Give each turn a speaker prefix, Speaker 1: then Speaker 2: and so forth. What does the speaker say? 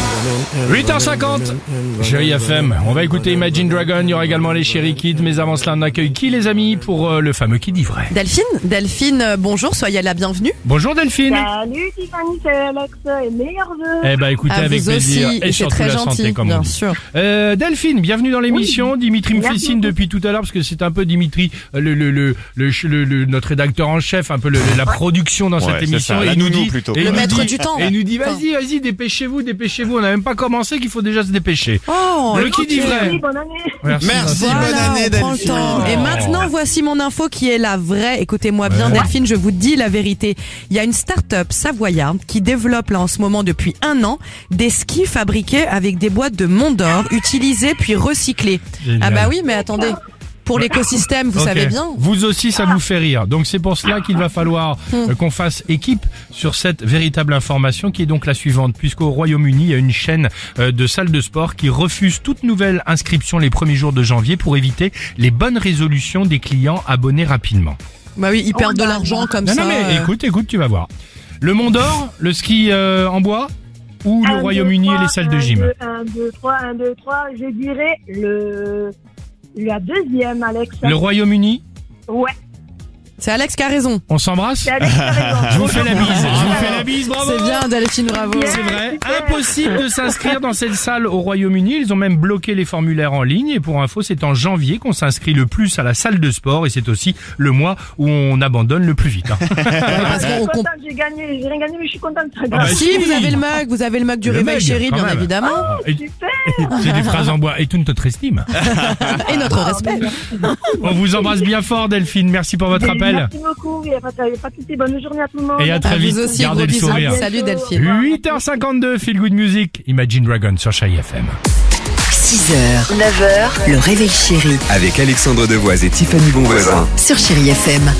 Speaker 1: 8h50 Chérie FM, on va écouter Imagine Dragon, il y aura également les Chéri Kids, mais avant cela on accueille qui les amis pour euh, le fameux qui dit vrai
Speaker 2: Delphine, Delphine, euh, bonjour, soyez la bienvenue.
Speaker 1: Bonjour Delphine
Speaker 3: Salut Tiffany, c'est Alex et meilleurs vœux.
Speaker 1: Eh ben écoutez
Speaker 2: à
Speaker 1: avec
Speaker 2: vous
Speaker 1: plaisir
Speaker 2: aussi,
Speaker 1: et
Speaker 2: c'est
Speaker 1: surtout
Speaker 2: très
Speaker 1: la
Speaker 2: gentil,
Speaker 1: santé comme
Speaker 2: bien
Speaker 1: on dit.
Speaker 2: sûr.
Speaker 1: Euh, Delphine, bienvenue dans l'émission, Dimitri me fait
Speaker 3: Merci
Speaker 1: signe
Speaker 3: beaucoup.
Speaker 1: depuis tout à l'heure parce que c'est un peu Dimitri, euh, le, le, le, le ch- le- le- notre rédacteur en chef, un peu le- le- la production dans cette
Speaker 4: c'est
Speaker 1: émission.
Speaker 4: ça,
Speaker 1: et
Speaker 4: la
Speaker 1: il nous
Speaker 4: nounou
Speaker 1: dit,
Speaker 4: plutôt.
Speaker 1: et il
Speaker 2: Le
Speaker 1: nous
Speaker 2: maître
Speaker 1: dit-
Speaker 2: du temps.
Speaker 1: Et il nous dit
Speaker 2: Attends.
Speaker 1: vas-y, vas-y, dépêchez-vous, dépêchez-vous, on n'a même pas commencé qu'il faut déjà se dépêcher.
Speaker 2: Oh,
Speaker 1: le qui dit vrai
Speaker 3: Bonne année.
Speaker 4: Merci,
Speaker 2: voilà,
Speaker 4: bonne année
Speaker 2: on prend le
Speaker 4: Delphine.
Speaker 2: temps. Et maintenant, voici mon info qui est la vraie. Écoutez-moi bien,
Speaker 1: Ouais.
Speaker 2: Delphine, je vous dis la vérité. Il y a une start-up savoyarde qui développe là en ce moment depuis un an des skis fabriqués avec des boîtes de Mont d'Or utilisées puis recyclées.
Speaker 1: Génial.
Speaker 2: Ah bah oui, mais attendez. Pour l'écosystème, vous
Speaker 1: Ok.
Speaker 2: savez bien.
Speaker 1: Vous aussi, ça vous fait rire. Donc c'est pour cela qu'il va falloir euh, qu'on fasse équipe sur cette véritable information qui est donc la suivante. Puisqu'au Royaume-Uni, il y a une chaîne euh, de salles de sport qui refuse toute nouvelle inscription les premiers jours de janvier pour éviter les bonnes résolutions des clients abonnés rapidement.
Speaker 2: Bah oui, ils perdent de l'argent comme
Speaker 1: Non,
Speaker 2: ça.
Speaker 1: non, mais
Speaker 2: euh.
Speaker 1: écoute, écoute, tu vas voir. Le Mont d'Or, le ski euh, en bois ou
Speaker 3: Ah,
Speaker 1: le Royaume-Uni et les salles de gym
Speaker 3: 1, 2, 3, 1, 2, 3. Je dirais le. La deuxième, Alex.
Speaker 1: Le Royaume-Uni,
Speaker 3: Ouais,
Speaker 2: C'est Alex qui a raison.
Speaker 1: on s'embrasse
Speaker 3: c'est Alex qui a raison.
Speaker 1: Je vous fais la bise, je vous fais la bise, Ah, bravo
Speaker 2: C'est bien, Delphine, bravo.
Speaker 3: Yes.
Speaker 1: C'est vrai,
Speaker 3: super.
Speaker 1: impossible de s'inscrire dans cette salle au Royaume-Uni. Ils ont même bloqué les formulaires en ligne. Et pour info, c'est en janvier qu'on s'inscrit le plus à la salle de sport. Et c'est aussi le mois où on abandonne le plus vite. hein.
Speaker 2: Ouais, parce
Speaker 3: Je
Speaker 2: qu'on
Speaker 3: suis
Speaker 2: on compte.
Speaker 3: contente, j'ai gagné. J'ai rien gagné, mais je suis contente. Ça
Speaker 1: bah,
Speaker 3: gagne.
Speaker 2: Si, vous
Speaker 1: Ah, si.
Speaker 2: avez le mug, vous avez le mug du
Speaker 1: Le
Speaker 2: réveil
Speaker 1: mug,
Speaker 2: chéri,
Speaker 1: quand
Speaker 2: bien
Speaker 1: même.
Speaker 2: évidemment.
Speaker 1: Et-
Speaker 3: Super.
Speaker 1: C'est des phrases en bois. Et tout notre estime.
Speaker 2: Et notre
Speaker 1: Ah,
Speaker 2: respect.
Speaker 1: On vous embrasse bien fort, Delphine. Merci pour votre appel.
Speaker 3: Merci beaucoup. Il n'y a pas de pas de souci. Bonne journée à tout le monde.
Speaker 1: Et à
Speaker 2: À
Speaker 1: très vite.
Speaker 2: vous aussi,
Speaker 1: Gardez
Speaker 2: gros
Speaker 1: le
Speaker 2: bisous.
Speaker 1: sourire.
Speaker 2: Salut Delphine.
Speaker 1: 8h52, Feel Good Music, Imagine Dragon sur Chai FM.
Speaker 5: 6h, 9h, le réveil chéri
Speaker 6: Avec Alexandre Devoise et Tiffany Bonvoisin.
Speaker 5: sur Chéri FM.